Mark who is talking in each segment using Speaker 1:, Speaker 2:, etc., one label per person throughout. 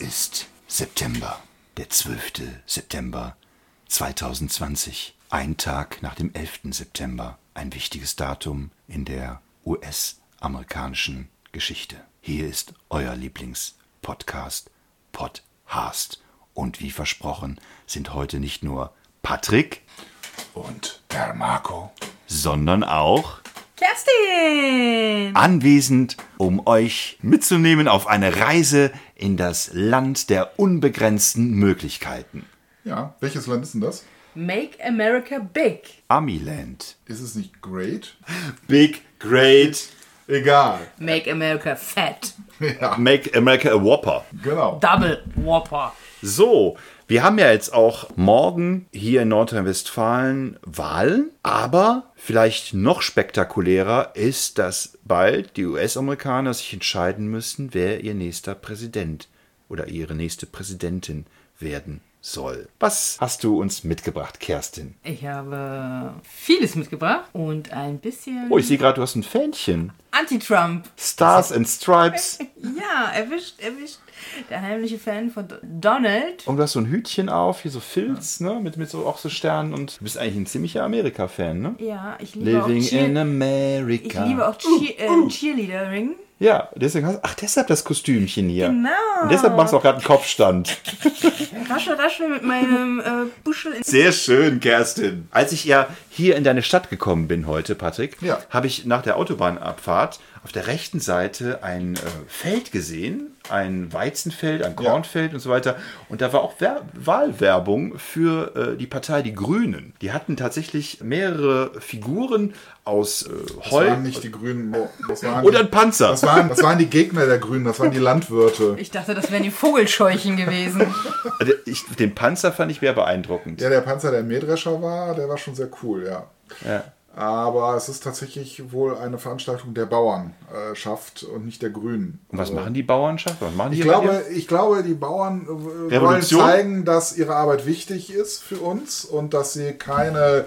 Speaker 1: ist September, der 12. September 2020, ein Tag nach dem 11. September, ein wichtiges Datum in der US-amerikanischen Geschichte. Hier ist euer Lieblingspodcast Podcast. Und wie versprochen sind heute nicht nur Patrick und der Marco, sondern auch
Speaker 2: Kerstin!
Speaker 1: anwesend, um euch mitzunehmen auf eine Reise in das Land der unbegrenzten Möglichkeiten.
Speaker 3: Ja, welches Land ist denn das?
Speaker 2: Make America Big.
Speaker 1: Amiland.
Speaker 3: Ist es nicht great?
Speaker 1: Big, great,
Speaker 3: Egal.
Speaker 2: Make America Fat.
Speaker 1: make America a Whopper.
Speaker 3: Genau.
Speaker 2: Double Whopper.
Speaker 1: So, wir haben ja jetzt auch morgen hier in Nordrhein-Westfalen Wahlen, aber vielleicht noch spektakulärer ist, dass bald die US-Amerikaner sich entscheiden müssen, wer ihr nächster Präsident oder ihre nächste Präsidentin werden soll. Was hast du uns mitgebracht, Kerstin?
Speaker 2: Ich habe vieles mitgebracht und ein bisschen
Speaker 1: Oh, ich sehe gerade, du hast ein Fähnchen.
Speaker 2: Anti-Trump.
Speaker 1: Stars and Stripes.
Speaker 2: Ja, erwischt, erwischt. Der heimliche Fan von Do- Donald.
Speaker 1: Und du hast so ein Hütchen auf, hier so Filz, ne? Mit, mit so auch so Sternen und du bist eigentlich ein ziemlicher Amerika-Fan, ne?
Speaker 2: Ja, ich liebe
Speaker 1: Living
Speaker 2: auch Cheer
Speaker 1: in
Speaker 2: Ich
Speaker 1: America.
Speaker 2: liebe auch Cheer äh, Cheerleadering.
Speaker 1: Ja, deswegen hast, ach, deshalb das Kostümchen hier.
Speaker 2: Genau.
Speaker 1: Und deshalb machst du auch gerade einen Kopfstand.
Speaker 2: Rasche, rasche mit meinem äh, Buschel in
Speaker 1: Sehr schön, Kerstin. Als ich ja hier in deine Stadt gekommen bin heute, Patrick,
Speaker 3: Ja.
Speaker 1: habe ich nach der Autobahnabfahrt auf der rechten Seite ein äh, Feld gesehen, ein Weizenfeld, ein Kornfeld und so weiter. Und da war auch Wer Wahlwerbung für äh, die Partei Die Grünen. Die hatten tatsächlich mehrere Figuren aus äh,
Speaker 3: Das
Speaker 1: Heu
Speaker 3: waren nicht die Grünen. oh, Das waren
Speaker 1: und ein Panzer.
Speaker 3: Das waren, das waren die Gegner der Grünen, das waren die Landwirte.
Speaker 2: Ich dachte, das wären die Vogelscheuchen gewesen.
Speaker 1: Also ich, den Panzer fand ich sehr beeindruckend.
Speaker 3: Ja, der Panzer, der im Mähdrescher war, der war schon sehr cool, ja. Aber es ist tatsächlich wohl eine Veranstaltung der Bauern äh, schafft und nicht der Grünen.
Speaker 1: Und was machen die Bauernschaft? Was machen die
Speaker 3: Ich
Speaker 1: bei dir?
Speaker 3: glaube, ich glaube, die Bauern äh, wollen
Speaker 1: Revolution?
Speaker 3: zeigen, dass ihre Arbeit wichtig ist für uns und dass sie keine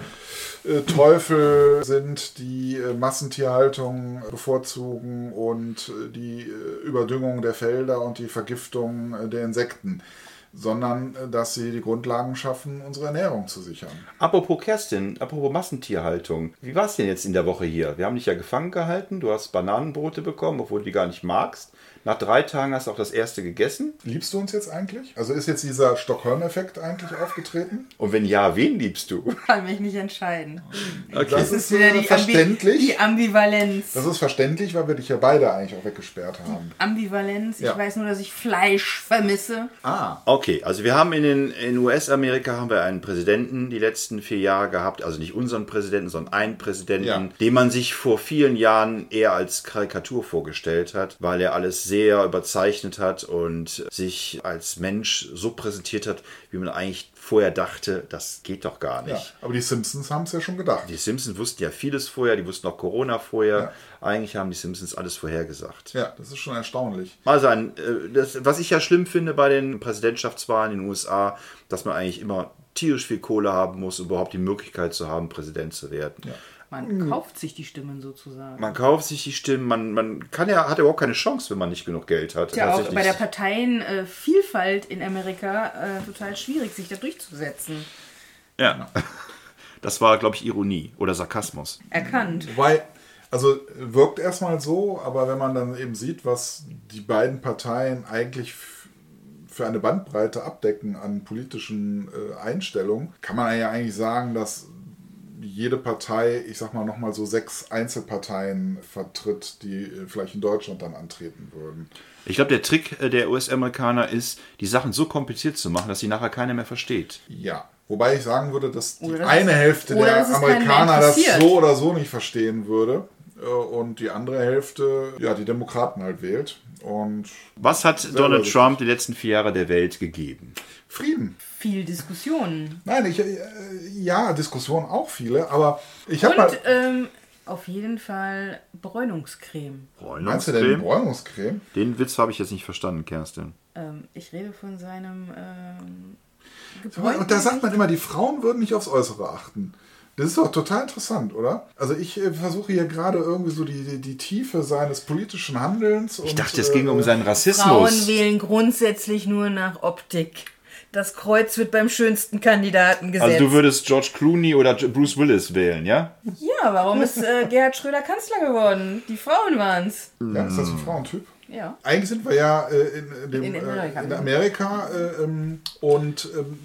Speaker 3: äh, Teufel sind, die äh, Massentierhaltung bevorzugen und äh, die äh, Überdüngung der Felder und die Vergiftung äh, der Insekten, sondern äh, dass sie die Grundlagen schaffen, unsere Ernährung zu sichern.
Speaker 1: Apropos Kerstin, apropos Massentierhaltung. Wie war es denn jetzt in der Woche hier? Wir haben dich ja gefangen gehalten, du hast Bananenbrote bekommen, obwohl du die gar nicht magst. Nach drei Tagen hast du auch das erste gegessen.
Speaker 3: Liebst du uns jetzt eigentlich? Also ist jetzt dieser Stockholm-Effekt eigentlich aufgetreten?
Speaker 1: Und wenn ja, wen liebst du?
Speaker 2: Kann mich nicht entscheiden.
Speaker 3: Das
Speaker 2: Das
Speaker 3: ist
Speaker 2: ist wieder
Speaker 3: äh,
Speaker 2: die, Ambi
Speaker 3: verständlich.
Speaker 2: die Ambivalenz.
Speaker 3: das ist verständlich, weil wir dich ja beide eigentlich auch weggesperrt haben.
Speaker 2: Ambivalenz. Ich
Speaker 3: Ja.
Speaker 2: weiß nur, dass ich Fleisch vermisse.
Speaker 3: Ah.
Speaker 1: Okay, also wir haben in, den, in US-Amerika haben wir einen Präsidenten die letzten vier Jahre gehabt, also nicht unseren Präsidenten, sondern einen Präsidenten,
Speaker 3: Ja.
Speaker 1: den man sich vor vielen Jahren eher als Karikatur vorgestellt hat, weil er alles sehr überzeichnet hat und sich als Mensch so präsentiert hat, wie man eigentlich vorher dachte, das geht doch gar nicht.
Speaker 3: Ja, aber die Simpsons haben es ja schon gedacht.
Speaker 1: Die Simpsons wussten ja vieles vorher, die wussten auch Corona vorher. Eigentlich haben die Simpsons alles vorhergesagt.
Speaker 3: Ja, das ist schon erstaunlich.
Speaker 1: Also ein, äh, das, was ich ja schlimm finde bei den Präsidentschaftswahlen in den USA, dass man eigentlich immer tierisch viel Kohle haben muss, um überhaupt die Möglichkeit zu haben, Präsident zu werden.
Speaker 2: Man
Speaker 3: Mm.
Speaker 2: kauft sich die Stimmen sozusagen.
Speaker 1: Man kauft sich die Stimmen, man, man kann ja, hat ja überhaupt keine Chance, wenn man nicht genug Geld hat.
Speaker 2: Ist ja auch
Speaker 1: Tatsächlich.
Speaker 2: bei der Parteienvielfalt in Amerika äh, total schwierig, sich da durchzusetzen.
Speaker 1: ja. Das war, glaube ich, Ironie oder Sarkasmus.
Speaker 2: Erkannt.
Speaker 3: Wobei, also wirkt erstmal so, aber wenn man dann eben sieht, was die beiden Parteien eigentlich f- für eine Bandbreite abdecken an politischen äh, Einstellungen, kann man ja eigentlich sagen, dass jede Partei, ich sag mal nochmal so sechs Einzelparteien vertritt, die äh, vielleicht in Deutschland dann antreten würden.
Speaker 1: Ich glaube, der Trick äh, der US-Amerikaner ist, die Sachen so kompliziert zu machen, dass sie nachher keiner mehr versteht.
Speaker 3: Ja. Wobei ich sagen würde, dass die
Speaker 2: Oder das
Speaker 3: eine
Speaker 2: ist-
Speaker 3: Hälfte
Speaker 2: oder
Speaker 3: der
Speaker 2: das ist keinen mehr
Speaker 3: Amerikaner das
Speaker 2: interessiert.
Speaker 3: so oder so nicht verstehen würde. äh, Und die andere Hälfte, ja, die Demokraten halt wählt. Und
Speaker 1: Was hat Donald
Speaker 3: richtig.
Speaker 1: Trump die letzten vier Jahre der Welt gegeben?
Speaker 3: Frieden.
Speaker 2: Viel Diskussionen.
Speaker 3: Nein, ich, äh, ja, Diskussionen auch viele, aber ich habe mal.
Speaker 2: Und ähm, auf jeden Fall Bräunungscreme.
Speaker 3: Meinst du denn Bräunungscreme?
Speaker 1: Den Witz habe ich jetzt nicht verstanden, Kerstin.
Speaker 2: Ähm, ich rede von seinem ähm, gebräunten
Speaker 3: Und da sagt
Speaker 2: Gesicht.
Speaker 3: man immer, die Frauen würden nicht aufs Äußere achten. Das ist doch total interessant, oder? Also ich äh, versuche hier gerade irgendwie so die, die, die Tiefe seines politischen Handelns. äh,
Speaker 4: Ich dachte, es ging um seinen
Speaker 2: Frauen
Speaker 4: Rassismus.
Speaker 2: wählen grundsätzlich nur nach Optik. Das Kreuz wird beim schönsten Kandidaten gesetzt.
Speaker 4: Also du würdest George Clooney oder Bruce Willis wählen, ja?
Speaker 2: ja, warum ist äh, Gerhard Schröder Kanzler geworden? Die Frauen waren's.
Speaker 3: Ja, ist das ein Frauentyp?
Speaker 2: Ja.
Speaker 3: Eigentlich sind wir ja äh, in, dem,
Speaker 2: In Amerika.
Speaker 3: Äh, in Amerika äh, ähm, und ähm,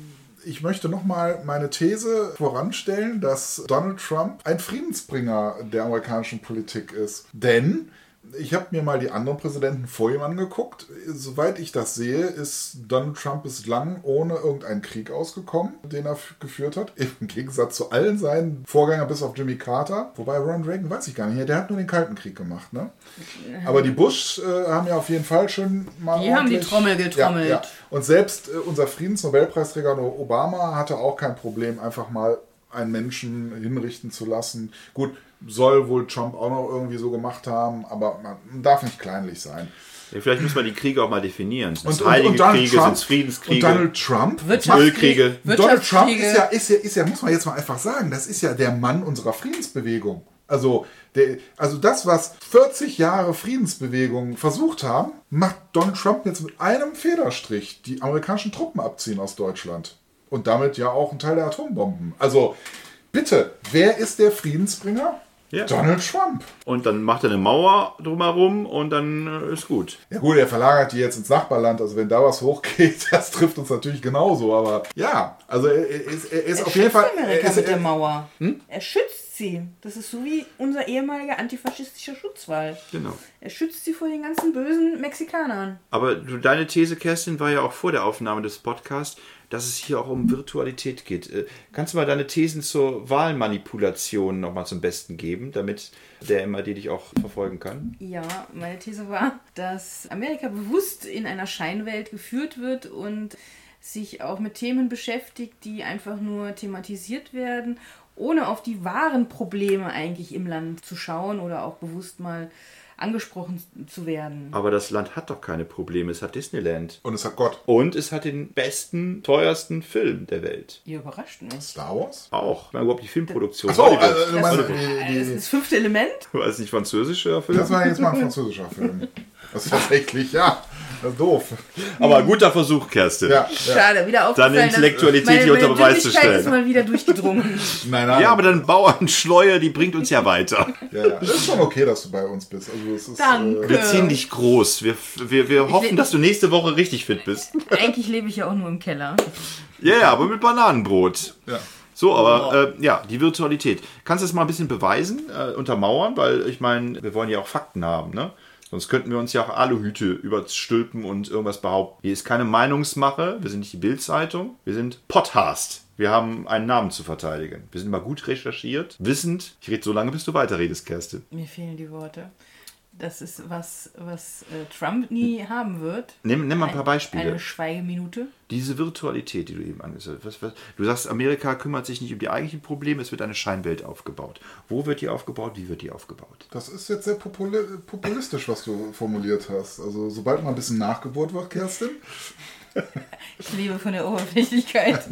Speaker 3: ich möchte nochmal meine These voranstellen, dass Donald Trump ein Friedensbringer der amerikanischen Politik ist. Denn ich habe mir mal die anderen Präsidenten vor ihm angeguckt. Soweit ich das sehe, ist Donald Trump bislang ohne irgendeinen Krieg ausgekommen, den er f- geführt hat. Im Gegensatz zu allen seinen Vorgängern bis auf Jimmy Carter. Wobei Ronald Reagan weiß ich gar nicht. Der hat nur den Kalten Krieg gemacht, ne? Aber die Bush äh, haben ja auf jeden Fall schon mal.
Speaker 2: Die haben die
Speaker 3: ordentlich-
Speaker 2: Trommel getrommelt.
Speaker 3: Ja, ja. Und selbst äh, unser Friedensnobelpreisträger Obama hatte auch kein Problem, einfach mal einen Menschen hinrichten zu lassen. Gut, soll wohl Trump auch noch irgendwie so gemacht haben, aber man darf nicht kleinlich sein.
Speaker 1: Ja, vielleicht muss man die Kriege auch mal definieren. Sind es
Speaker 3: Und,
Speaker 1: Heilige
Speaker 3: und, und Donald
Speaker 1: Kriege, sind
Speaker 3: Trump,
Speaker 1: es
Speaker 3: und
Speaker 1: Friedenskriege.
Speaker 3: Donald Trump
Speaker 1: Ölkriege.
Speaker 3: Donald Trump
Speaker 2: Wirtschaftskriege.
Speaker 3: ist ja, ist, ja, ist ja, muss man jetzt mal einfach sagen, das ist ja der Mann unserer Friedensbewegung. Also, der, also das, was 40 Jahre Friedensbewegungen versucht haben, macht Donald Trump jetzt mit einem Federstrich die amerikanischen Truppen abziehen aus Deutschland. Und damit ja auch einen Teil der Atombomben. Also, bitte, wer ist der Friedensbringer?
Speaker 1: Ja.
Speaker 3: Donald Trump.
Speaker 1: Und dann macht er eine Mauer drumherum und dann äh, ist gut.
Speaker 3: Ja gut, er verlagert die jetzt ins Nachbarland, also wenn da was hochgeht, das trifft uns natürlich genauso, aber ja, also er, er, ist- er ist
Speaker 2: Er
Speaker 3: auf jeden
Speaker 2: schützt
Speaker 3: Fall...
Speaker 2: Amerika
Speaker 3: er ist,
Speaker 2: mit der
Speaker 3: er, Hm?
Speaker 2: Mauer. Er schützt sie. Das ist so wie unser ehemaliger antifaschistischer Schutzwall.
Speaker 1: Genau.
Speaker 2: Er schützt sie vor den ganzen bösen Mexikanern.
Speaker 1: Aber du, deine These, Kerstin, war ja auch vor der Aufnahme des Podcasts, dass es hier auch um Virtualität geht. Äh, Kannst du mal deine Thesen zur Wahlmanipulation nochmal zum Besten geben, damit der MAD dich auch verfolgen kann?
Speaker 2: Ja, meine These war, dass Amerika bewusst in einer Scheinwelt geführt wird und sich auch mit Themen beschäftigt, die einfach nur thematisiert werden, ohne auf die wahren Probleme eigentlich im Land zu schauen oder auch bewusst mal angesprochen zu werden.
Speaker 1: Aber das Land hat doch keine Probleme, es hat Disneyland.
Speaker 3: und es hat Gott.
Speaker 1: Und es hat den besten, teuersten Film der Welt.
Speaker 2: Ihr überrascht mich.
Speaker 3: Star Wars?
Speaker 1: Auch. Ich meine, überhaupt die Filmproduktion.
Speaker 3: Achso,
Speaker 1: Hollywood.
Speaker 3: also, du
Speaker 2: Das,
Speaker 3: meinst,
Speaker 2: ist-
Speaker 3: die,
Speaker 2: das
Speaker 3: die,
Speaker 2: ist
Speaker 3: die,
Speaker 2: das fünfte Element.
Speaker 1: war es nicht französischer Film?
Speaker 3: das war jetzt mal ein französischer Film. Das ist tatsächlich, ja, das ist doof.
Speaker 1: Aber ein guter Versuch, Kerstin.
Speaker 3: Ja, ja.
Speaker 2: Schade, wieder aufgefallen.
Speaker 1: Deine
Speaker 2: dass-
Speaker 1: Intellektualität
Speaker 2: meine,
Speaker 1: hier unter
Speaker 2: meine
Speaker 1: Beweis zu
Speaker 2: Dümmlichkeit
Speaker 1: stellen.
Speaker 2: ist mal wieder durchgedrungen.
Speaker 3: Nein, nein.
Speaker 1: Ja, aber dann Bauernschleuer, die bringt uns ja weiter.
Speaker 3: ja, ja. Das ist schon okay, dass du bei uns bist. Also, es ist,
Speaker 2: Danke.
Speaker 3: Äh,
Speaker 1: Wir ziehen dich groß. Wir, wir, wir hoffen,
Speaker 2: will-
Speaker 1: dass du nächste Woche richtig fit bist.
Speaker 2: Eigentlich lebe ich ja auch nur im Keller.
Speaker 1: Ja, ja, aber mit Bananenbrot.
Speaker 3: ja.
Speaker 1: So, aber äh, ja, die Virtualität. Kannst du das mal ein bisschen beweisen, äh, untermauern? Weil ich meine, wir wollen ja auch Fakten haben, ne? Sonst könnten wir uns ja auch Aluhüte überstülpen und irgendwas behaupten. Hier ist keine Meinungsmache, wir sind nicht die Bildzeitung, wir sind Podcast. Wir haben einen Namen zu verteidigen. Wir sind mal gut recherchiert, wissend. Ich rede so lange, bis du weiterredest, Kerstin.
Speaker 2: Mir fehlen die Worte. Das ist was, was äh, Trump nie haben wird.
Speaker 1: Nimm, nimm mal ein paar Beispiele.
Speaker 2: Eine Schweigeminute.
Speaker 1: Diese Virtualität, die du eben angesagt hast, was, was, du sagst, Amerika kümmert sich nicht um die eigentlichen Probleme, es wird eine Scheinwelt aufgebaut. Wo wird die aufgebaut, wie wird die aufgebaut?
Speaker 3: Das ist jetzt sehr populi populistisch, was du formuliert hast. Also, sobald mal ein bisschen nachgebohrt wird, Kerstin.
Speaker 2: Ich lebe von der Oberflächlichkeit.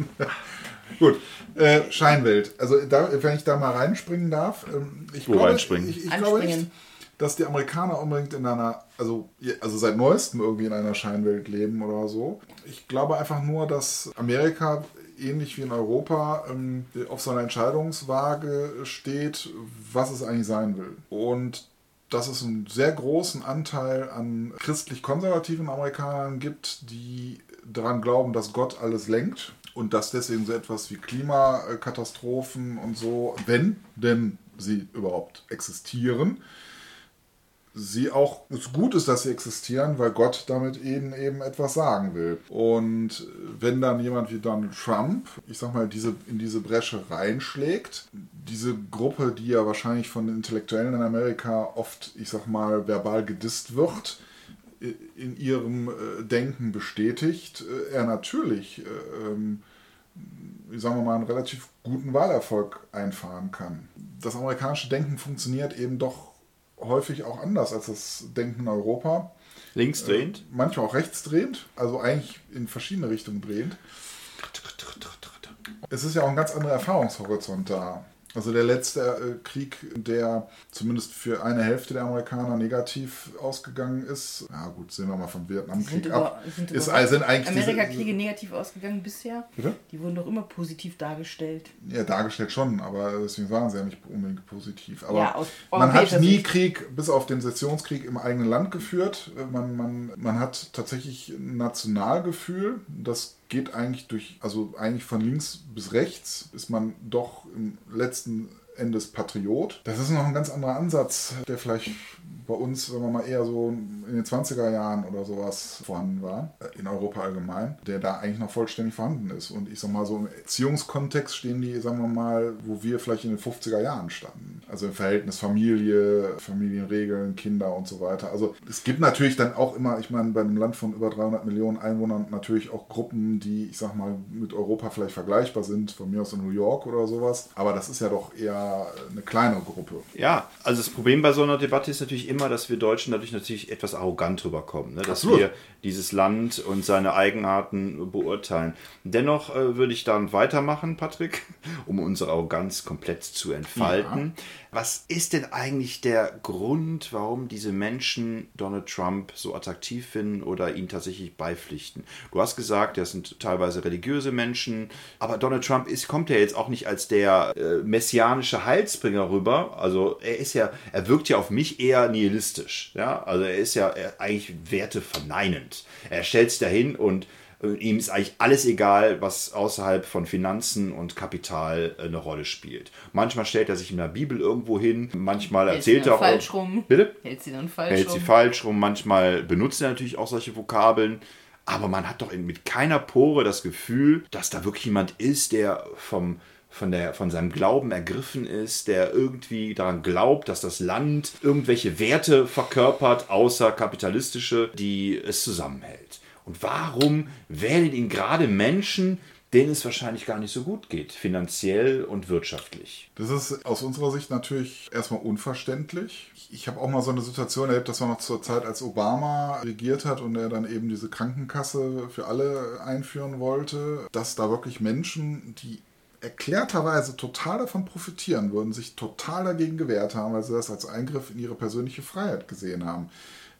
Speaker 3: Gut, äh, Scheinwelt. Also da, wenn ich da mal reinspringen darf, ähm, ich
Speaker 1: Wo
Speaker 3: glaube,
Speaker 1: reinspringen?
Speaker 3: Ich, ich glaube
Speaker 2: Anspringen.
Speaker 3: nicht, dass die Amerikaner unbedingt in einer, also, je- also seit neuestem irgendwie in einer Scheinwelt leben oder so. Ich glaube einfach nur, dass Amerika ähnlich wie in Europa ähm, auf so einer Entscheidungswaage steht, was es eigentlich sein will. Und dass es einen sehr großen Anteil an christlich-konservativen Amerikanern gibt, die daran glauben, dass Gott alles lenkt und dass deswegen so etwas wie Klimakatastrophen und so, wenn denn sie überhaupt existieren, sie auch es gut ist, dass sie existieren, weil Gott damit ihnen eben etwas sagen will. Und wenn dann jemand wie Donald Trump, ich sag mal, diese, in diese Bresche reinschlägt, diese Gruppe, die ja wahrscheinlich von den Intellektuellen in Amerika oft, ich sag mal, verbal gedisst wird, äh, in ihrem äh, Denken bestätigt, äh, er natürlich, äh, ähm, sagen wir mal, einen relativ guten Wahlerfolg einfahren kann. Das amerikanische Denken funktioniert eben doch häufig auch anders als das Denken in Europa.
Speaker 1: Linksdrehend?
Speaker 3: Manchmal auch rechtsdrehend, also eigentlich in verschiedene Richtungen drehend. Es ist ja auch ein ganz anderer Erfahrungshorizont da. Also der letzte äh, Krieg, der zumindest für eine Hälfte der Amerikaner negativ ausgegangen ist. Ja gut, sehen wir mal vom
Speaker 2: Sind,
Speaker 3: Vietnamkrieg
Speaker 2: über,
Speaker 3: ab.
Speaker 2: sind
Speaker 3: ist,
Speaker 2: über-
Speaker 3: also sind eigentlich diese-
Speaker 2: Amerika-Kriege negativ ausgegangen bisher?
Speaker 3: Bitte?
Speaker 2: Die wurden doch immer positiv dargestellt.
Speaker 3: Ja, dargestellt schon, aber deswegen sagen sie ja nicht unbedingt positiv. Aber
Speaker 2: Ja, aus
Speaker 3: man hat
Speaker 2: europäischer
Speaker 3: nie
Speaker 2: Sicht.
Speaker 3: Krieg, bis auf den Sessionskrieg, im eigenen Land geführt. Man, man, man hat tatsächlich ein Nationalgefühl. Das geht eigentlich durch, also eigentlich von links bis rechts ist man doch im letzten Endes Patriot. Das ist noch ein ganz anderer Ansatz, der vielleicht bei uns, wenn man mal eher so in den 20er Jahren oder sowas vorhanden war, äh, in Europa allgemein, der da eigentlich noch vollständig vorhanden ist. Und ich sag mal, so im Erziehungskontext stehen die, sagen wir mal, wo wir vielleicht in den 50er Jahren standen. Also im Verhältnis Familie, Familienregeln, Kinder und so weiter. Also es gibt natürlich dann auch immer, ich meine, bei einem Land von über 300 Millionen Einwohnern natürlich auch Gruppen, die, ich sag mal, mit Europa vielleicht vergleichbar sind, von mir aus in New York oder sowas. Aber das ist ja doch eher eine kleinere Gruppe.
Speaker 1: Ja, also das Problem bei so einer Debatte ist natürlich immer, dass wir Deutschen dadurch natürlich etwas arrogant rüberkommen, ne? dass
Speaker 3: Absolut.
Speaker 1: wir dieses Land und seine Eigenarten beurteilen. Dennoch äh, würde ich dann weitermachen, Patrick, um unsere Arroganz komplett zu entfalten. Was ist denn eigentlich der Grund, warum diese Menschen Donald Trump so attraktiv finden oder ihn tatsächlich beipflichten? Du hast gesagt, das sind teilweise religiöse Menschen, aber Donald Trump ist, kommt ja jetzt auch nicht als der äh, messianische Heilsbringer rüber. Also er ist ja, er wirkt ja auf mich eher nihilistisch. Ja? Also er ist ja er, eigentlich Werte verneinend. Er stellt sich dahin und äh, ihm ist eigentlich alles egal, was außerhalb von Finanzen und Kapital äh, eine Rolle spielt. Manchmal stellt er sich in der Bibel irgendwo hin, manchmal
Speaker 2: Hält
Speaker 1: erzählt
Speaker 2: sie
Speaker 1: er
Speaker 2: dann
Speaker 1: auch.
Speaker 2: falsch rum.
Speaker 1: Bitte?
Speaker 2: Hält sie dann
Speaker 1: Er
Speaker 2: falsch um?
Speaker 1: hält sie
Speaker 2: rum.
Speaker 1: falsch rum, manchmal benutzt er natürlich auch solche Vokabeln. Aber man hat doch in, mit keiner Pore das Gefühl, dass da wirklich jemand ist, der vom, von, der, von seinem Glauben ergriffen ist, der irgendwie daran glaubt, dass das Land irgendwelche Werte verkörpert, außer kapitalistische, die es zusammenhält. Und warum wählen ihn gerade Menschen, denen es wahrscheinlich gar nicht so gut geht, finanziell und wirtschaftlich?
Speaker 3: Das ist aus unserer Sicht natürlich erstmal unverständlich. Ich, ich habe auch mal so eine Situation erlebt, das war noch zur Zeit, als Obama regiert hat und er dann eben diese Krankenkasse für alle einführen wollte, dass da wirklich Menschen, die erklärterweise total davon profitieren würden, sich total dagegen gewehrt haben, weil sie das als Eingriff in ihre persönliche Freiheit gesehen haben.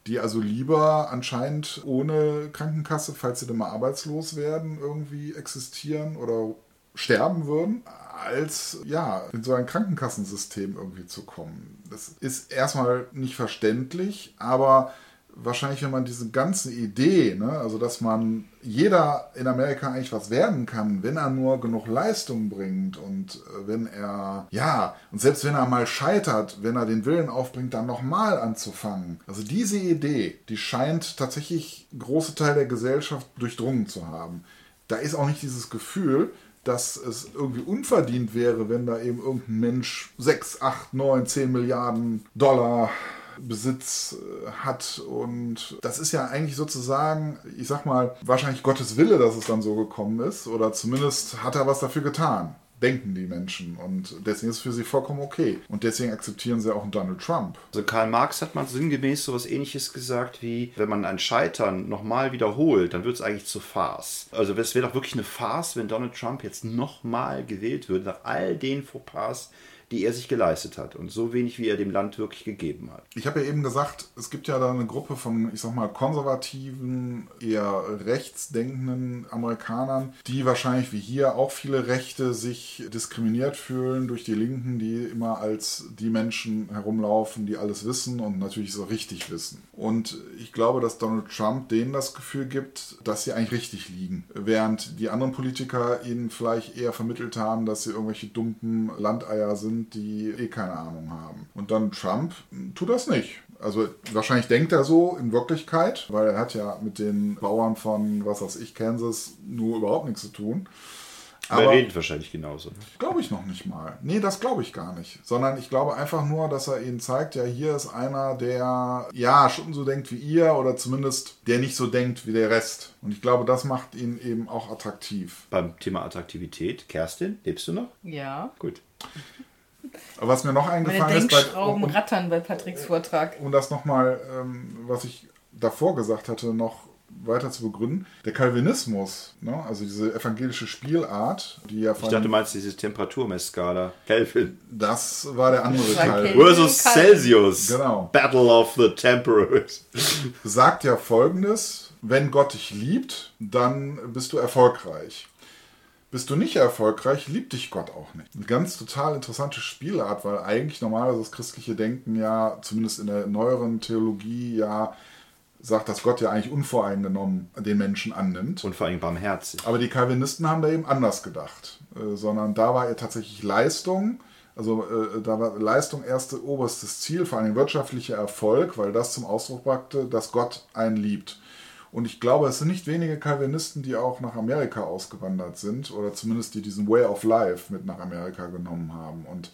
Speaker 3: Die also lieber anscheinend ohne Krankenkasse, falls sie denn mal arbeitslos werden, irgendwie existieren oder sterben würden, als ja, in so ein Krankenkassensystem irgendwie zu kommen. Das ist erstmal nicht verständlich, aber wahrscheinlich, wenn man diese ganze Idee, ne, also dass man jeder in Amerika eigentlich was werden kann, wenn er nur genug Leistung bringt und äh, wenn er, ja, und selbst wenn er mal scheitert, wenn er den Willen aufbringt, dann nochmal anzufangen. Also diese Idee, die scheint tatsächlich große Teile der Gesellschaft durchdrungen zu haben da ist auch nicht dieses Gefühl, dass es irgendwie unverdient wäre, wenn da eben irgendein Mensch 6, 8, 9, 10 Milliarden Dollar Besitz äh, hat. Und das ist ja eigentlich sozusagen, ich sag mal, wahrscheinlich Gottes Wille, dass es dann so gekommen ist. Oder zumindest hat er was dafür getan. Denken die Menschen. Und deswegen ist es für sie vollkommen okay. Und deswegen akzeptieren sie auch einen Donald Trump.
Speaker 1: Also Karl Marx hat mal sinngemäß sowas ähnliches gesagt wie, wenn man ein Scheitern nochmal wiederholt, dann wird es eigentlich zur Farce. Also es wäre doch wirklich eine Farce, wenn Donald Trump jetzt nochmal gewählt würde, nach all den Fauxpas, die er sich geleistet hat und so wenig, wie er dem Land wirklich gegeben hat.
Speaker 3: Ich habe ja eben gesagt, es gibt ja da eine Gruppe von, ich sag mal, konservativen, eher rechtsdenkenden Amerikanern, die wahrscheinlich wie hier auch viele Rechte sich diskriminiert fühlen durch die Linken, die immer als die Menschen herumlaufen, die alles wissen und natürlich so richtig wissen. Und ich glaube, dass Donald Trump denen das Gefühl gibt, dass sie eigentlich richtig liegen. Während die anderen Politiker ihnen vielleicht eher vermittelt haben, dass sie irgendwelche dumpen Landeier sind, die eh keine Ahnung haben. Und dann Trump mh, tut das nicht. Also wahrscheinlich denkt er so in Wirklichkeit, weil er hat ja mit den Bauern von, was weiß ich, Kansas nur überhaupt nichts zu tun.
Speaker 1: Aber er redet wahrscheinlich genauso.
Speaker 3: Glaube ich noch nicht mal. Nee, das glaube ich gar nicht. Sondern ich glaube einfach nur, dass er ihnen zeigt, ja, hier ist einer, der ja schon so denkt wie ihr oder zumindest der nicht so denkt wie der Rest. Und ich glaube, das macht ihn eben auch attraktiv.
Speaker 1: Beim Thema Attraktivität, Kerstin, lebst du noch?
Speaker 2: Ja.
Speaker 1: Gut.
Speaker 3: Aber was mir noch
Speaker 2: Meine
Speaker 3: eingefallen ist, bei,
Speaker 2: Denkschrauben
Speaker 3: um,
Speaker 2: rattern bei Patricks Vortrag.
Speaker 3: um das nochmal, ähm, was ich davor gesagt hatte, noch weiter zu begründen. Der Calvinismus, ne? also diese evangelische Spielart, die ja
Speaker 1: Ich dachte, du meinst diese Temperaturmessskala. Kelvin.
Speaker 3: das war der andere
Speaker 2: war
Speaker 3: Teil.
Speaker 2: Kelvin.
Speaker 1: Versus
Speaker 2: Kalt.
Speaker 1: Celsius.
Speaker 3: Genau.
Speaker 1: Battle of the Temperatures.
Speaker 3: sagt ja folgendes: Wenn Gott dich liebt, dann bist du erfolgreich. Bist du nicht erfolgreich, liebt dich Gott auch nicht. Eine ganz total interessante Spielart, weil eigentlich normalerweise das christliche Denken ja, zumindest in der neueren Theologie, ja sagt, dass Gott ja eigentlich unvoreingenommen den Menschen annimmt.
Speaker 1: Und vor allem barmherzig.
Speaker 3: Aber die Calvinisten haben da eben anders gedacht, äh, sondern da war ja tatsächlich Leistung, also äh, da war Leistung erste oberstes Ziel, vor allem wirtschaftlicher Erfolg, weil das zum Ausdruck brachte, dass Gott einen liebt. Und ich glaube, es sind nicht wenige Calvinisten, die auch nach Amerika ausgewandert sind oder zumindest die diesen Way of Life mit nach Amerika genommen haben. Und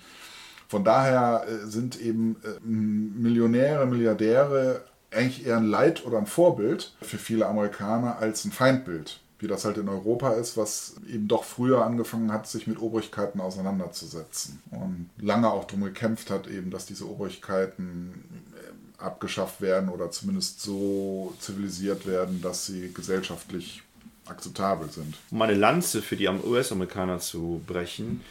Speaker 3: von daher äh, sind eben äh, Millionäre, Milliardäre eigentlich eher ein Leit- oder ein Vorbild für viele Amerikaner als ein Feindbild, wie das halt in Europa ist, was eben doch früher angefangen hat, sich mit Obrigkeiten auseinanderzusetzen und lange auch darum gekämpft hat, eben, dass diese Obrigkeiten äh, abgeschafft werden oder zumindest so zivilisiert werden, dass sie gesellschaftlich akzeptabel sind.
Speaker 1: um meine Lanze für die US-Amerikaner zu brechen,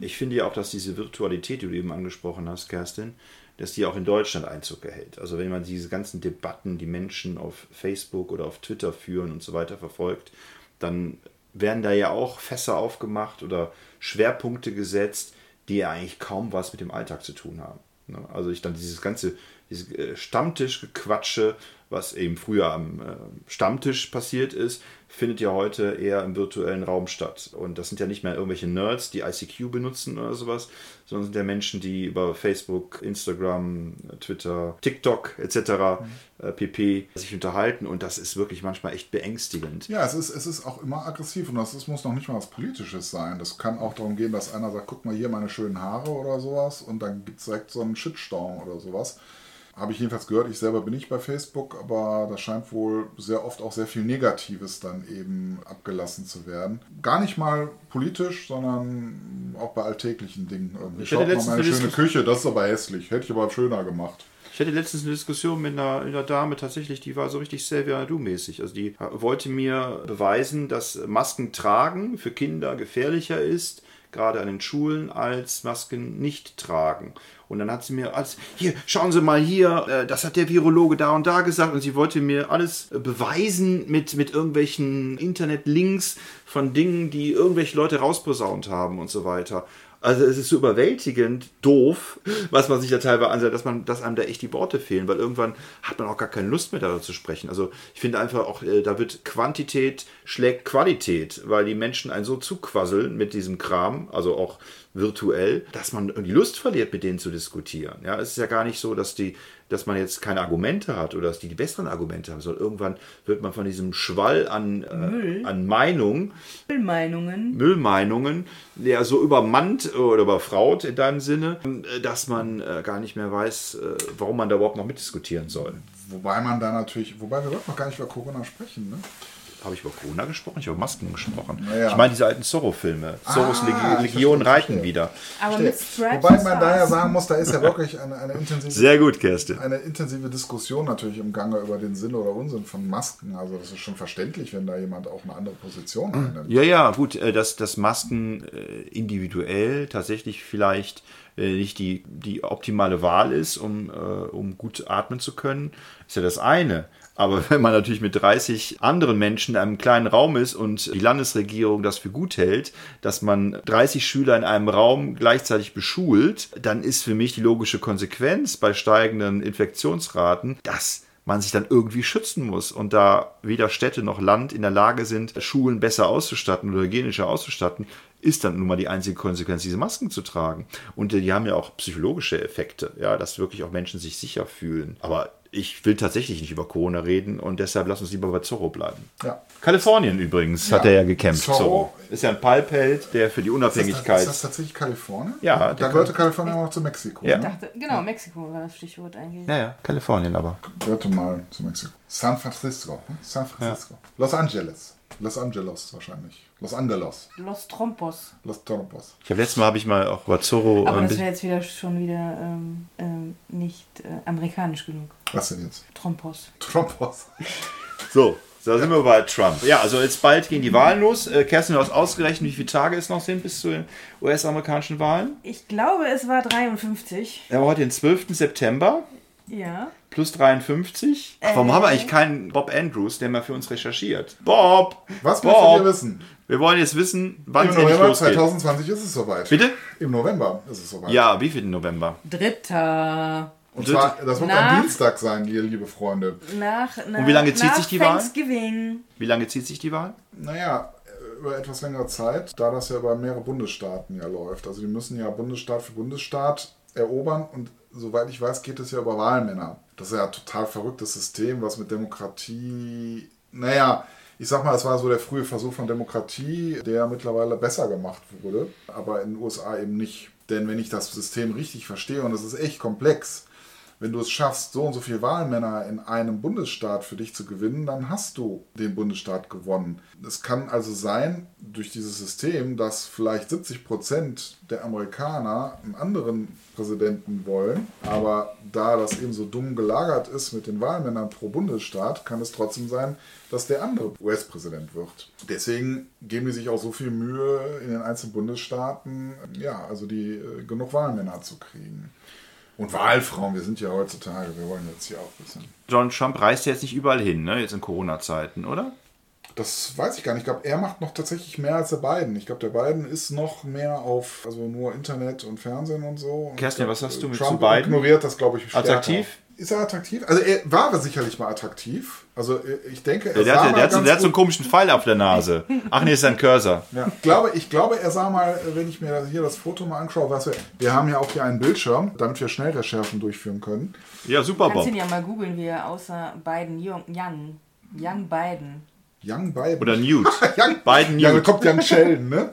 Speaker 1: ich finde ja auch, dass diese Virtualität, die du eben angesprochen hast, Kerstin, dass die auch in Deutschland Einzug erhält. Also wenn man diese ganzen Debatten, die Menschen auf Facebook oder auf Twitter führen und so weiter verfolgt, dann werden da ja auch Fässer aufgemacht oder Schwerpunkte gesetzt, die ja eigentlich kaum was mit dem Alltag zu tun haben. Ne? Also ich dann dieses ganze dieses äh, Stammtischgequatsche, was eben früher am äh, Stammtisch passiert ist, findet ja heute eher im virtuellen Raum statt. Und das sind ja nicht mehr irgendwelche Nerds, die ICQ benutzen oder sowas, sondern sind ja Menschen, die über Facebook, Instagram, äh, Twitter, TikTok etc. Äh, pp. sich unterhalten. Und das ist wirklich manchmal echt beängstigend.
Speaker 3: Ja, es ist, es ist auch immer aggressiv und das ist, muss noch nicht mal was Politisches sein. Das kann auch darum gehen, dass einer sagt, guck mal hier meine schönen Haare oder sowas und dann gibt es direkt so einen Shitstorm oder sowas. Habe ich jedenfalls gehört, ich selber bin nicht bei Facebook, aber das scheint wohl sehr oft auch sehr viel Negatives dann eben abgelassen zu werden. Gar nicht mal politisch, sondern auch bei alltäglichen Dingen irgendwie.
Speaker 1: Ich hatte
Speaker 3: Schaut mal
Speaker 1: letztens
Speaker 3: meine
Speaker 1: eine
Speaker 3: schöne
Speaker 1: Diskussion-
Speaker 3: Küche, das ist aber hässlich. Hätte ich aber schöner gemacht.
Speaker 1: Ich hatte letztens eine Diskussion mit einer, einer Dame tatsächlich, die war so richtig Xavier Nadu-mäßig. Also die wollte mir beweisen, dass Masken tragen für Kinder gefährlicher ist, gerade an den Schulen, als Masken nicht tragen. Und dann hat sie mir alles, hier, schauen Sie mal hier, äh, das hat der Virologe da und da gesagt. Und sie wollte mir alles äh, beweisen mit, mit irgendwelchen Internetlinks von Dingen, die irgendwelche Leute rausposaunt haben und so weiter. Also es ist so überwältigend doof, was man sich da teilweise ansieht, dass man, dass einem da echt die Worte fehlen, weil irgendwann hat man auch gar keine Lust mehr darüber zu sprechen. Also ich finde einfach auch, äh, da wird Quantität schlägt Qualität, weil die Menschen einen so zuquasseln mit diesem Kram, also auch virtuell, dass man die Lust verliert, mit denen zu diskutieren. Ja, es ist ja gar nicht so, dass die, dass man jetzt keine Argumente hat oder dass die die besseren Argumente haben, sondern irgendwann wird man von diesem Schwall an, äh, an Meinung
Speaker 2: Meinungen.
Speaker 1: Müllmeinungen ja so übermannt oder überfraut in deinem Sinne, dass man äh, gar nicht mehr weiß, äh, warum man da überhaupt noch mitdiskutieren soll.
Speaker 3: Wobei man da natürlich, wobei wir wollten noch gar nicht über Corona sprechen, ne?
Speaker 1: Habe ich über Corona gesprochen? Ich habe über Masken gesprochen.
Speaker 3: Naja.
Speaker 1: Ich meine diese alten Zorro-Filme. Zorros
Speaker 3: Ah,
Speaker 1: Legi-
Speaker 3: ich
Speaker 1: Legion
Speaker 3: verstehe,
Speaker 1: reiten wieder.
Speaker 2: Aber mit Stripes
Speaker 3: Wobei
Speaker 2: und
Speaker 3: man da ja
Speaker 2: Stars.
Speaker 3: sagen muss, da ist ja wirklich eine, eine intensive
Speaker 1: Sehr gut, Kerstin.
Speaker 3: eine intensive Diskussion natürlich im Gange über den Sinn oder Unsinn von Masken. Also das ist schon verständlich, wenn da jemand auch eine andere Position einnimmt.
Speaker 1: Ja, ja, gut, äh, dass, dass Masken äh, individuell tatsächlich vielleicht äh, nicht die, die optimale Wahl ist, um, äh, um gut atmen zu können, ist ja das eine. Aber wenn man natürlich mit 30 anderen Menschen in einem kleinen Raum ist und die Landesregierung das für gut hält, dass man 30 Schüler in einem Raum gleichzeitig beschult, dann ist für mich die logische Konsequenz bei steigenden Infektionsraten, dass man sich dann irgendwie schützen muss und da weder Städte noch Land in der Lage sind, Schulen besser auszustatten oder hygienischer auszustatten, ist dann nun mal die einzige Konsequenz, diese Masken zu tragen. Und äh, die haben ja auch psychologische Effekte, ja, dass wirklich auch Menschen sich sicher fühlen. Aber ich will tatsächlich nicht über Corona reden und deshalb lass uns lieber bei Zorro bleiben.
Speaker 3: Ja.
Speaker 1: Kalifornien übrigens hat
Speaker 3: Ja.
Speaker 1: er ja gekämpft, Zorro.
Speaker 3: Zorro.
Speaker 1: Ist ja ein Palpheld, der für die
Speaker 3: Ist das,
Speaker 1: Unabhängigkeit.
Speaker 3: ist das tatsächlich Kalifornien?
Speaker 1: Ja,
Speaker 3: Da
Speaker 1: der-
Speaker 3: gehörte Kalifornien auch noch zu Mexiko.
Speaker 1: Ja.
Speaker 3: Ne?
Speaker 2: dachte, genau, Mexiko war das Stichwort eigentlich.
Speaker 1: ja, ja, Kalifornien aber.
Speaker 3: Gehörte mal zu Mexiko. San Francisco. ne? San Francisco. Los Angeles. Los Angeles wahrscheinlich. Los Angeles.
Speaker 2: Los Trompos.
Speaker 3: Los Trompos.
Speaker 1: Ich habe letztes Mal habe ich mal auch über Zorro
Speaker 2: Aber
Speaker 1: ein
Speaker 2: das
Speaker 1: bisschen.
Speaker 2: wäre jetzt wieder schon wieder ähm, ähm, nicht äh, amerikanisch genug.
Speaker 3: Was denn jetzt?
Speaker 2: Trompos.
Speaker 3: Trompos.
Speaker 1: So, Da sind wir bei Trump. Ja, also jetzt bald gehen die Wahlen los. Äh, Kerstin, du hast ausgerechnet, wie viele Tage es noch sind bis zu den US-amerikanischen Wahlen.
Speaker 2: Ich glaube, es war 53.
Speaker 1: Wir haben heute den 12. September
Speaker 2: Ja.
Speaker 1: plus 53. Ach, warum haben wir eigentlich keinen Bob Andrews, der mal für uns recherchiert? Bob!
Speaker 3: Was
Speaker 1: Bob,
Speaker 3: möchtet ihr wissen?
Speaker 1: Wir wollen jetzt wissen, wann
Speaker 3: Im
Speaker 1: es endlich
Speaker 3: November
Speaker 1: losgeht.
Speaker 3: 2020 ist es soweit.
Speaker 1: Bitte?
Speaker 3: Im November ist es soweit.
Speaker 1: Ja, wie viel denn November?
Speaker 2: Dritter.
Speaker 3: Und zwar, das wird
Speaker 2: Nach-
Speaker 3: am Dienstag sein, ihr liebe Freunde.
Speaker 2: Nach, nach,
Speaker 1: Und wie lange zieht
Speaker 2: nach
Speaker 1: sich die Wahl? Oh,
Speaker 2: Thanksgiving.
Speaker 1: Wie lange zieht sich die Wahl?
Speaker 3: Naja, äh, über etwas längere Zeit, da das ja über mehrere Bundesstaaten ja läuft. Also die müssen ja Bundesstaat für Bundesstaat erobern und soweit ich weiß, geht es ja über Wahlmänner. Das ist ja ein total verrücktes System, was mit Demokratie, naja, ich sag mal, es war so der frühe Versuch von Demokratie, der mittlerweile besser gemacht wurde, aber in den USA eben nicht. Denn wenn ich das System richtig verstehe, und es ist echt komplex, wenn du es schaffst, so und so viele Wahlmänner in einem Bundesstaat für dich zu gewinnen, dann hast du den Bundesstaat gewonnen. Es kann also sein, durch dieses System, dass vielleicht 70 Prozent der Amerikaner einen anderen Präsidenten wollen, aber da das eben so dumm gelagert ist mit den Wahlmännern pro Bundesstaat, kann es trotzdem sein, dass der andere US-Präsident wird. Deswegen geben die sich auch so viel Mühe, in den einzelnen Bundesstaaten, ja, also die äh, genug Wahlmänner zu kriegen. Und Wahlfrauen, wir sind ja heutzutage, wir wollen jetzt hier auch ein bisschen.
Speaker 1: Donald Trump reist ja jetzt nicht überall hin, ne? Jetzt in Corona-Zeiten, oder?
Speaker 3: Das weiß ich gar nicht. Ich glaube, er macht noch tatsächlich mehr als der Biden. Ich glaube, der Biden ist noch mehr auf, also nur Internet und Fernsehen und so. Und
Speaker 1: Kerstin,
Speaker 3: ich glaub,
Speaker 1: was hast du mit
Speaker 3: Trump
Speaker 1: zu Biden?
Speaker 3: ignoriert das, glaube ich, stärker.
Speaker 1: Attraktiv?
Speaker 3: Ist er attraktiv? Also er war sicherlich mal attraktiv. Also ich denke,
Speaker 1: Der,
Speaker 3: er sah
Speaker 1: hat,
Speaker 3: mal
Speaker 1: der, hat, so-
Speaker 3: ganz
Speaker 1: der hat so einen
Speaker 3: gut-
Speaker 1: komischen Pfeil auf der Nase. Ach nee, ist ein Cursor.
Speaker 3: ja, ich, glaube, ich glaube, er sah mal, äh, wenn ich mir hier das Foto mal anschaue, was wir, wir haben ja auch hier einen Bildschirm, damit wir schnell Recherchen durchführen können.
Speaker 1: Ja, super
Speaker 2: Kannst
Speaker 1: Bob.
Speaker 2: ihn ja mal googeln, wie er außer Biden, Young, Young, Young Biden.
Speaker 3: Young Biden.
Speaker 1: Oder Newt.
Speaker 3: Young,
Speaker 1: Biden
Speaker 3: Ja, da
Speaker 1: Newt.
Speaker 3: kommt ja ein Sheldon, ne?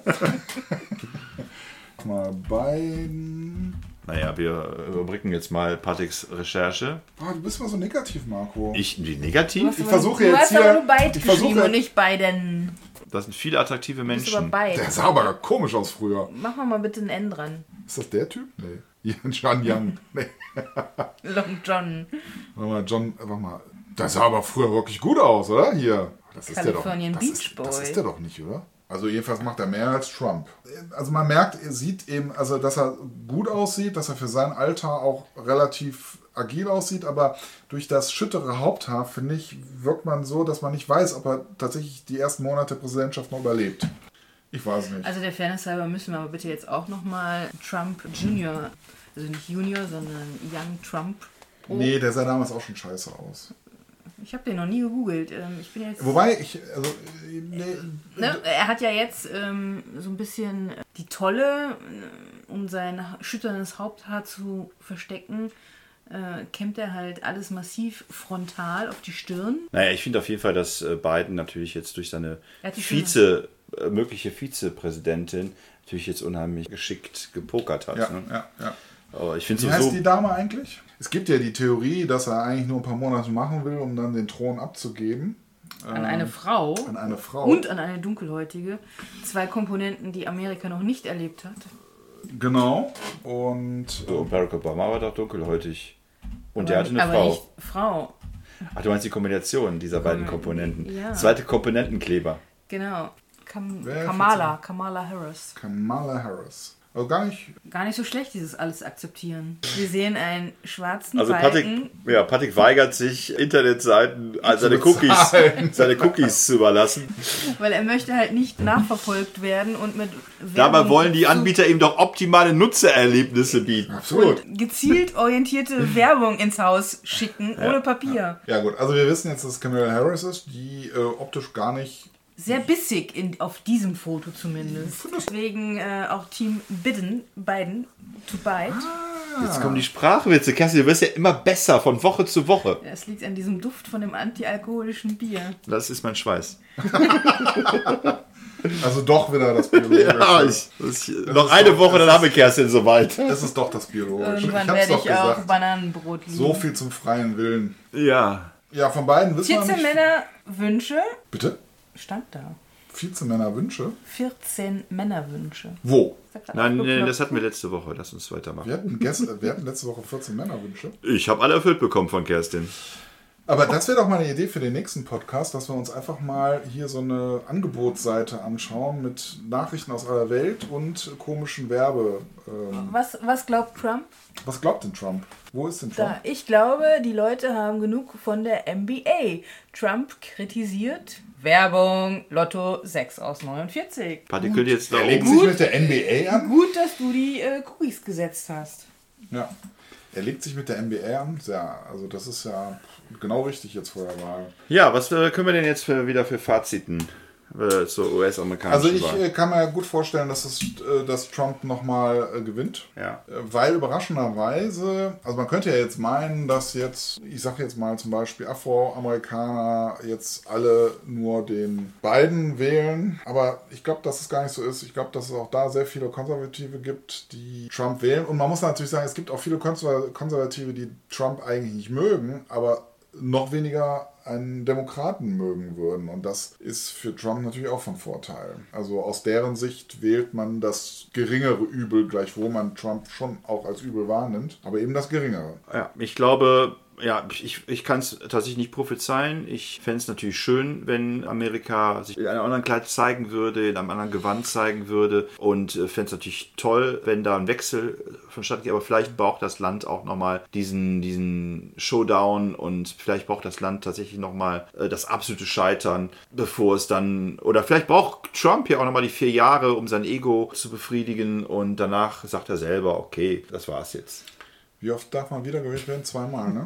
Speaker 3: mal Biden.
Speaker 1: Naja, wir äh, überbrücken jetzt mal Patricks Recherche.
Speaker 3: Oh, du bist mal so negativ, Marco.
Speaker 1: Ich, wie
Speaker 2: Du hast
Speaker 1: negativ?
Speaker 2: aber-
Speaker 3: versuche
Speaker 2: du
Speaker 3: jetzt
Speaker 2: hast
Speaker 3: hier-
Speaker 2: aber nur Biden
Speaker 3: ich versuche-
Speaker 2: geschrieben und nicht Biden.
Speaker 1: Das sind viele attraktive
Speaker 2: Du bist aber
Speaker 1: Menschen.
Speaker 2: Biden.
Speaker 3: Der sah aber ja komisch aus früher.
Speaker 2: Machen wir mal bitte ein N dran.
Speaker 3: Ist das der Typ? Nee. John Young. Nee.
Speaker 2: Long John.
Speaker 3: Warte mal, John, äh, warte mal. Der sah aber früher wirklich gut aus, oder? Hier. Das ist der doch.
Speaker 2: Californian
Speaker 3: Das
Speaker 2: Beach
Speaker 3: ist,
Speaker 2: Boy.
Speaker 3: das ist der doch nicht, oder? Also jedenfalls macht er mehr als Trump. Also man merkt, er sieht eben, also dass er gut aussieht, dass er für sein Alter auch relativ agil aussieht, aber durch das schüttere Haupthaar, finde ich, wirkt man so, dass man nicht weiß, ob er tatsächlich die ersten Monate der Präsidentschaft noch überlebt. Ich weiß nicht.
Speaker 2: Also der Fairness halber müssen wir aber bitte jetzt auch nochmal Trump Junior, also nicht Junior, sondern Young Trump. Pro.
Speaker 3: nee, der sah damals auch schon scheiße aus.
Speaker 2: Ich habe den noch nie gegoogelt. Ähm, Ich bin jetzt.
Speaker 3: Wobei ich, also, äh, nee,
Speaker 2: Ne? Er hat ja jetzt ähm, so ein bisschen die Tolle, äh, um sein schütternes Haupthaar zu verstecken, äh, kämmt er halt alles massiv frontal auf die Stirn.
Speaker 1: Naja, ich finde auf jeden Fall, dass äh, Biden natürlich jetzt durch seine
Speaker 2: Er hat die
Speaker 1: Vize, äh, mögliche Vizepräsidentin natürlich jetzt unheimlich geschickt gepokert hat.
Speaker 3: ja,
Speaker 1: ne?
Speaker 3: ja, ja.
Speaker 1: Aber ich finde
Speaker 3: Wie heißt
Speaker 1: sowieso.
Speaker 3: die Dame eigentlich? Es gibt ja die Theorie, dass er eigentlich nur ein paar Monate machen will, um dann den Thron abzugeben
Speaker 2: An
Speaker 1: Ähm,
Speaker 2: eine Frau
Speaker 3: an eine Frau.
Speaker 2: und an eine Dunkelhäutige. Zwei Komponenten, die Amerika noch nicht erlebt hat.
Speaker 3: Genau. Und äh,
Speaker 1: So, Barack Obama war doch dunkelhäutig. Und der hatte eine
Speaker 2: aber
Speaker 1: Frau.
Speaker 2: nicht Frau.
Speaker 1: Ach, du meinst die Kombination dieser beiden Komponenten.
Speaker 2: ja.
Speaker 1: Zweite Komponentenkleber.
Speaker 2: Genau. Kam
Speaker 3: Wer
Speaker 2: Kamala, Kamala Harris.
Speaker 3: Kamala Harris. Also gar nicht.
Speaker 2: Gar nicht so schlecht, dieses alles akzeptieren. Wir sehen einen schwarzen
Speaker 1: Also Patrick,
Speaker 2: Balken.
Speaker 1: ja, Patrick weigert sich, Internetseiten äh, seine Cookies,
Speaker 3: bezahlen.
Speaker 1: seine Cookies zu überlassen.
Speaker 2: Weil er möchte halt nicht nachverfolgt werden und mit
Speaker 1: Dabei
Speaker 2: Werbung
Speaker 1: wollen die
Speaker 2: zu-
Speaker 1: Anbieter ihm doch optimale Nutzererlebnisse bieten.
Speaker 3: Absolut.
Speaker 2: gezielt orientierte Werbung ins Haus schicken, ohne Papier.
Speaker 3: Ja gut, also wir wissen jetzt, dass es Kamala Harris ist, die äh, optisch gar nicht.
Speaker 2: Sehr bissig in, auf diesem Foto zumindest. Deswegen äh, auch Team Biden, Biden, to bite.
Speaker 1: Jetzt kommen die Sprachwitze. Kerstin, du wirst ja immer besser von Woche zu Woche.
Speaker 2: Es liegt an diesem Duft von dem antialkoholischen Bier.
Speaker 1: Das ist mein Schweiß.
Speaker 3: Also doch wieder das Biologische.
Speaker 1: Ja, Ah, ich, ich, noch eine Woche, dann haben wir Kerstin soweit.
Speaker 3: Es ist doch das Biologische.
Speaker 2: Irgendwann
Speaker 3: ich hab's
Speaker 2: werde
Speaker 3: doch
Speaker 2: ich auch
Speaker 3: gesagt.
Speaker 2: Bananenbrot lieben.
Speaker 3: so viel zum freien Willen.
Speaker 1: Ja.
Speaker 3: Ja, von beiden wissen wir
Speaker 2: 14
Speaker 3: nicht.
Speaker 2: Männer Wünsche.
Speaker 3: Bitte?
Speaker 2: Stand da.
Speaker 3: Vizemännerwünsche?
Speaker 2: 14 Männerwünsche.
Speaker 3: Wo?
Speaker 1: Nein, nein, das hatten wir letzte Woche. Lass uns weitermachen.
Speaker 3: Wir hatten, gestern, wir hatten letzte Woche 14 Männerwünsche.
Speaker 1: Ich habe alle erfüllt bekommen von Kerstin.
Speaker 3: Aber das wäre doch mal eine Idee für den nächsten Podcast, dass wir uns einfach mal hier so eine Angebotsseite anschauen mit Nachrichten aus aller Welt und komischen Werbe. Ähm,
Speaker 5: Was, was glaubt Trump?
Speaker 3: was glaubt denn Trump? Wo ist denn Trump?
Speaker 5: Da, ich glaube, die Leute haben genug von der NBA. Trump kritisiert Werbung Lotto 6 aus 49.
Speaker 1: Party könnte jetzt da Oh,
Speaker 3: Er legt
Speaker 1: oben.
Speaker 3: sich mit der NBA an?
Speaker 2: Gut, dass du die äh, Cookies gesetzt hast.
Speaker 3: Ja. Er legt sich mit der NBA an? Ja, also das ist ja genau richtig jetzt vor der Wahl.
Speaker 1: Ja, was äh, können wir denn jetzt für, wieder für Faziten äh, zur
Speaker 3: Also
Speaker 1: US-amerikanischen
Speaker 3: ich
Speaker 1: Wahl?
Speaker 3: äh, kann mir gut vorstellen, dass, es, äh, dass Trump nochmal äh, gewinnt.
Speaker 1: Ja.
Speaker 3: Äh, Weil überraschenderweise, also man könnte ja jetzt meinen, dass jetzt, ich sage jetzt mal zum Beispiel Afroamerikaner jetzt alle nur den Biden wählen. Aber ich glaube, dass es gar nicht so ist. Ich glaube, dass es auch da sehr viele Konservative gibt, die Trump wählen. Und man muss natürlich sagen, es gibt auch viele Konser Konservative, die Trump eigentlich nicht mögen, aber noch weniger einen Demokraten mögen würden. Und das ist für Trump natürlich auch von Vorteil. Also aus deren Sicht wählt man das geringere Übel, gleichwohl man Trump schon auch als Übel wahrnimmt, aber eben das geringere.
Speaker 1: Ja, ich glaube, ja, ich, ich kann es tatsächlich nicht prophezeien. Ich fände es natürlich schön, wenn Amerika sich in einem anderen Kleid zeigen würde, in einem anderen Gewand zeigen würde. Und äh, fände es natürlich toll, wenn da ein Wechsel äh, vonstatten geht. Aber vielleicht braucht das Land auch nochmal diesen, diesen Showdown und vielleicht braucht das Land tatsächlich nochmal äh, das absolute Scheitern, bevor es dann. Oder vielleicht braucht Trump ja auch nochmal die vier Jahre, um sein Ego zu befriedigen. Und danach sagt er selber, okay, das war's jetzt.
Speaker 3: Wie oft darf man wiedergewählt werden? Zweimal, ne?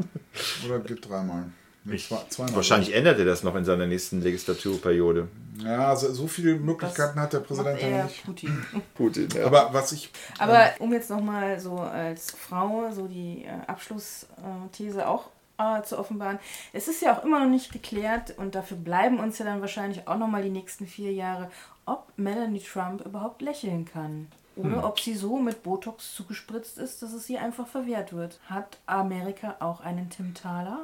Speaker 3: Oder gibt dreimal? Nee, zwei, zweimal.
Speaker 1: Wahrscheinlich ändert er das noch in seiner nächsten Legislaturperiode.
Speaker 3: Ja, also so viele Möglichkeiten hat der Präsident
Speaker 2: Macht
Speaker 3: ja
Speaker 2: er
Speaker 3: nicht.
Speaker 2: Putin.
Speaker 1: Putin, ja.
Speaker 3: Aber was ich
Speaker 2: Aber um jetzt nochmal so als Frau so die äh, Abschlussthese auch äh, zu offenbaren. Es ist ja auch immer noch nicht geklärt und dafür bleiben uns ja dann wahrscheinlich auch nochmal die nächsten vier Jahre, ob Melanie Trump überhaupt lächeln kann. Oder ob sie so mit Botox zugespritzt ist, dass es ihr einfach verwehrt wird. Hat Amerika auch einen Tim Thaler?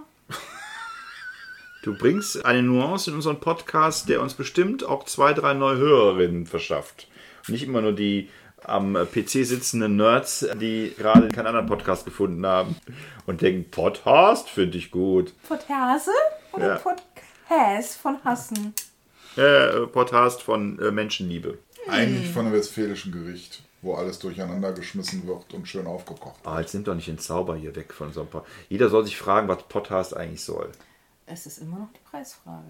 Speaker 1: Du bringst eine Nuance in unseren Podcast, der uns bestimmt auch zwei, drei neue Hörerinnen verschafft. Und nicht immer nur die am PC sitzenden Nerds, die gerade keinen anderen Podcast gefunden haben und denken, Podcast finde ich gut.
Speaker 2: Podhase oder
Speaker 1: Ja.
Speaker 2: Podhäs von Hassen?
Speaker 1: Äh, Podcast von äh, Menschenliebe.
Speaker 2: Hm.
Speaker 3: eigentlich von einem westfälischen Gericht, wo alles durcheinander geschmissen wird und schön aufgekocht.
Speaker 1: Ah, jetzt nimmt doch nicht den Zauber hier weg von so ein paar. Jeder soll sich fragen, was Podcast eigentlich soll.
Speaker 2: Es ist immer noch die Preisfrage.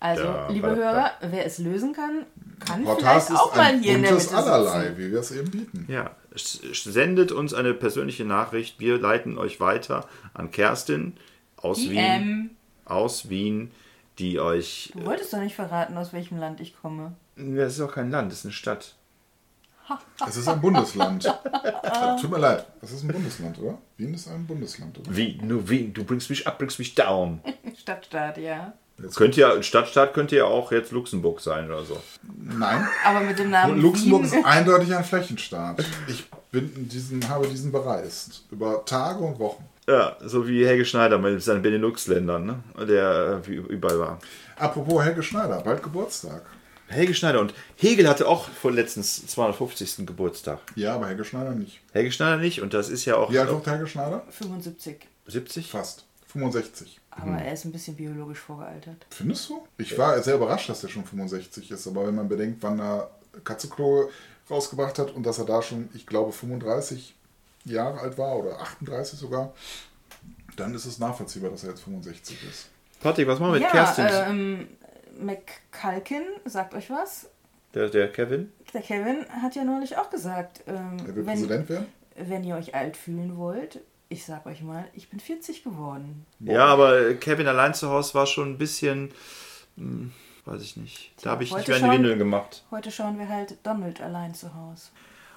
Speaker 2: Also,
Speaker 1: Da,
Speaker 2: liebe
Speaker 1: da, da.
Speaker 2: Hörer, wer es lösen kann, kann
Speaker 3: Podcast
Speaker 2: vielleicht
Speaker 3: ist
Speaker 2: auch mal
Speaker 3: ein
Speaker 2: hier in der
Speaker 3: buntes
Speaker 2: Mitte
Speaker 3: Allerlei,
Speaker 2: sitzen.
Speaker 3: wie wir es eben bieten.
Speaker 1: Ja, s- s- sendet uns eine persönliche Nachricht. Wir leiten euch weiter an Kerstin aus Wien.
Speaker 2: DM.
Speaker 1: Aus Wien, die euch.
Speaker 2: Du wolltest doch nicht verraten, aus welchem Land ich komme.
Speaker 1: Das ist auch kein Land, das ist eine Stadt.
Speaker 3: Es ist ein Bundesland. Tut mir leid, es ist ein Bundesland, oder? Wien ist ein Bundesland, oder?
Speaker 1: Wien, nur Wien. Du bringst mich ab, bringst mich down.
Speaker 2: Stadtstaat, ja.
Speaker 1: Könnte ja, Stadtstaat könnte ja auch jetzt Luxemburg sein oder so.
Speaker 3: Nein.
Speaker 2: Aber mit dem Namen
Speaker 3: Luxemburg ist
Speaker 2: Ähm, Wien,
Speaker 3: eindeutig ein Flächenstaat. Ich bin in diesen, habe diesen bereist. Über Tage und Wochen.
Speaker 1: Ja, so wie Helge Schneider mit seinen Benelux-Ländern, ne? der äh, wie überall war.
Speaker 3: Apropos Helge Schneider, bald Geburtstag.
Speaker 1: Helge Schneider und Hegel hatte auch vor letztens 250. Geburtstag.
Speaker 3: Ja, aber Helge Schneider nicht.
Speaker 1: Helge Schneider nicht und das ist ja auch
Speaker 3: Wie alt wird Helge Schneider?
Speaker 2: 75.
Speaker 1: 70.
Speaker 3: Fast. 65.
Speaker 2: Aber er ist ein bisschen biologisch vorgealtert.
Speaker 3: Findest du? Ich war sehr überrascht, dass er schon 65 ist, aber wenn man bedenkt, wann er Katzeklo rausgebracht hat und dass er da schon, ich glaube, 35 Jahre alt war oder 38 sogar, dann ist es nachvollziehbar, dass er jetzt 65 ist.
Speaker 1: Patrick, was machen wir mit
Speaker 2: ja,
Speaker 1: Kerstin?
Speaker 2: ähm, McCalkin sagt euch was.
Speaker 1: Der, der Kevin?
Speaker 2: Der Kevin hat ja neulich auch gesagt, ähm,
Speaker 3: Er will
Speaker 2: wenn,
Speaker 3: Präsident werden?
Speaker 2: wenn ihr euch alt fühlen wollt, ich sag euch mal, ich bin 40 geworden.
Speaker 1: Ja, aber Kevin allein zu Hause war schon ein bisschen, hm, weiß ich nicht. Da habe ich nicht
Speaker 2: Heute
Speaker 1: mehr in die
Speaker 2: schon.
Speaker 1: Windeln gemacht.
Speaker 2: Heute schauen wir halt Donald allein zu Hause.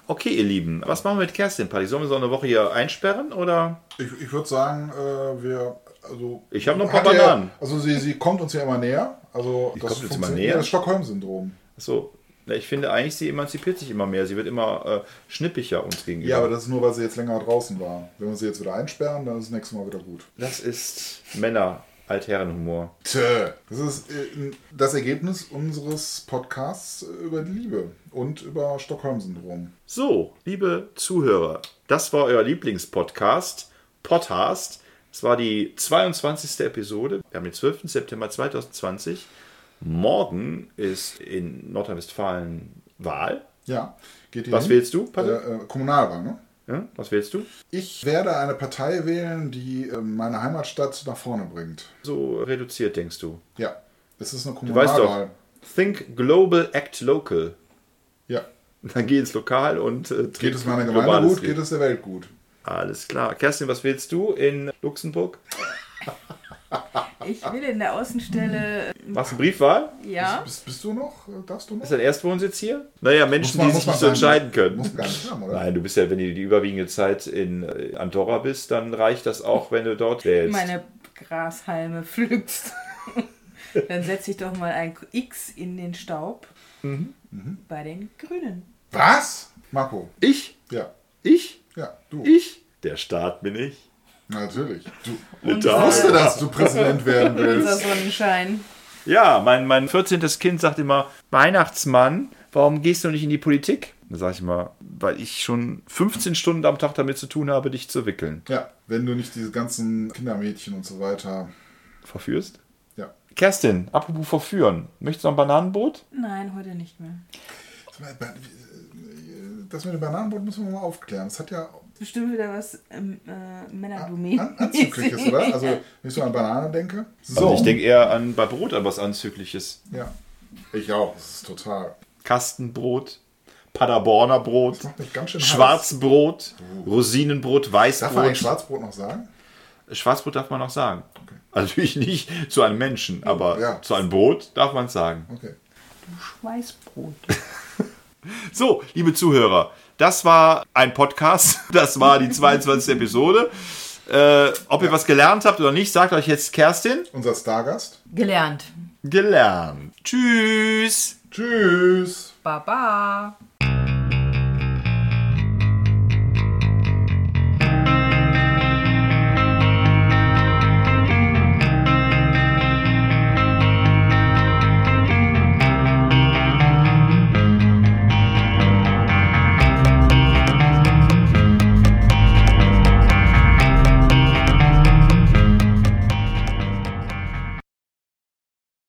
Speaker 1: Okay, ihr Lieben, was machen wir mit Kerstin, Patrick? Sollen wir so eine Woche hier einsperren oder?
Speaker 3: Ich, ich würde sagen, äh, wir. Also,
Speaker 1: Ich hab noch ein paar
Speaker 3: hat er-
Speaker 1: Bananen.
Speaker 3: Also sie, sie kommt uns ja immer näher. Also
Speaker 1: Die kommt uns immer
Speaker 3: funktioniert-
Speaker 1: näher?
Speaker 3: Das Stockholm-Syndrom.
Speaker 1: So, ich finde eigentlich, sie emanzipiert sich immer mehr. Sie wird immer äh, schnippiger uns gegenüber.
Speaker 3: Ja, aber das ist nur, weil sie jetzt länger draußen war. Wenn wir sie jetzt wieder einsperren, dann ist das nächste Mal wieder gut.
Speaker 1: das ist Männer, Altherrenhumor.
Speaker 3: Tö. Das ist äh, das Ergebnis unseres Podcasts über die Liebe und über Stockholm-Syndrom.
Speaker 1: So, liebe Zuhörer, das war euer Lieblingspodcast, Podcast Es war die 22. Episode. Wir haben den 12. September 2020. Morgen ist in Nordrhein-Westfalen Wahl.
Speaker 3: Ja, geht hier
Speaker 1: Was
Speaker 3: hin.
Speaker 1: wählst du, Patrick?
Speaker 3: Äh, äh, Kommunalwahl, ne?
Speaker 1: Ja, was wählst du?
Speaker 3: Ich werde eine Partei wählen, die äh, meine Heimatstadt nach vorne bringt.
Speaker 1: So reduziert denkst du.
Speaker 3: Ja, es ist eine
Speaker 1: Du weißt
Speaker 3: Kommunalwahl.
Speaker 1: doch. Think global, act local.
Speaker 3: Ja.
Speaker 1: Dann geh ins Lokal und äh,
Speaker 3: Geht es meiner Gemeinde
Speaker 1: globales
Speaker 3: gut, geht es der Welt gut.
Speaker 1: Alles klar. Kerstin, was wählst du in Luxemburg?
Speaker 2: Ich will in der Außenstelle, äh,
Speaker 1: Machst du Briefwahl?
Speaker 2: ja.
Speaker 3: Bist, bist du noch? Äh, Darfst du noch?
Speaker 1: Ist dein Erstwohnsitz hier? Naja, Menschen, die sich nicht so
Speaker 3: gar
Speaker 1: entscheiden
Speaker 3: Muss
Speaker 1: können.
Speaker 3: gar nicht haben, oder?
Speaker 1: Nein, du bist ja, wenn du die überwiegende Zeit in äh, Andorra bist, dann reicht das auch, wenn du dort wählst.
Speaker 2: meine Grashalme pflückst. Dann setze ich doch mal ein X in den Staub
Speaker 3: Mhm,
Speaker 2: bei den Grünen.
Speaker 3: Was? Marco,
Speaker 1: Ich?
Speaker 3: ja.
Speaker 1: Ich?
Speaker 3: Ja, du.
Speaker 1: Ich? Der Staat bin ich.
Speaker 3: Natürlich. Du
Speaker 1: Da.
Speaker 3: wusste, dass du Präsident werden
Speaker 2: Unser
Speaker 3: willst.
Speaker 2: Sonnenschein.
Speaker 1: Ja, mein, mein 14. Kind sagt immer, Weihnachtsmann, warum gehst du nicht in die Politik? Da sage ich immer, weil ich schon 15 Stunden am Tag damit zu tun habe, dich zu wickeln.
Speaker 3: Ja, wenn du nicht diese ganzen Kindermädchen und so weiter.
Speaker 1: Verführst?
Speaker 3: Ja.
Speaker 1: Kerstin, apropos verführen, möchtest du noch ein Bananenbrot?
Speaker 2: Nein, heute nicht mehr.
Speaker 3: äh, Das mit dem Bananenbrot müssen wir mal aufklären. Das hat ja
Speaker 2: Bestimmt wieder was ähm, äh, Männerdomänen.
Speaker 3: Ah, an, anzügliches, oder? Also, wenn ich so an Banane denke. So.
Speaker 1: Also ich denke eher an bei Brot an was Anzügliches.
Speaker 3: Ja. Ich auch. Das ist total.
Speaker 1: Kastenbrot, Paderborner Brot,
Speaker 3: macht mich ganz schön heiß.
Speaker 1: Schwarzbrot, Rosinenbrot,
Speaker 3: Darf man
Speaker 1: Weißbrot.
Speaker 3: eigentlich Schwarzbrot noch sagen?
Speaker 1: Schwarzbrot darf man auch sagen. Also natürlich nicht zu einem Menschen, aber
Speaker 3: Ja.
Speaker 1: zu einem Brot darf man es sagen.
Speaker 3: Okay.
Speaker 2: Weißbrot.
Speaker 1: So, liebe Zuhörer, das war ein Podcast. Das war die 22. Episode. Äh, ob ihr was gelernt habt oder nicht, sagt euch jetzt Kerstin.
Speaker 3: Unser Stargast.
Speaker 5: Gelernt.
Speaker 1: Gelernt. Tschüss.
Speaker 3: Tschüss.
Speaker 5: Baba.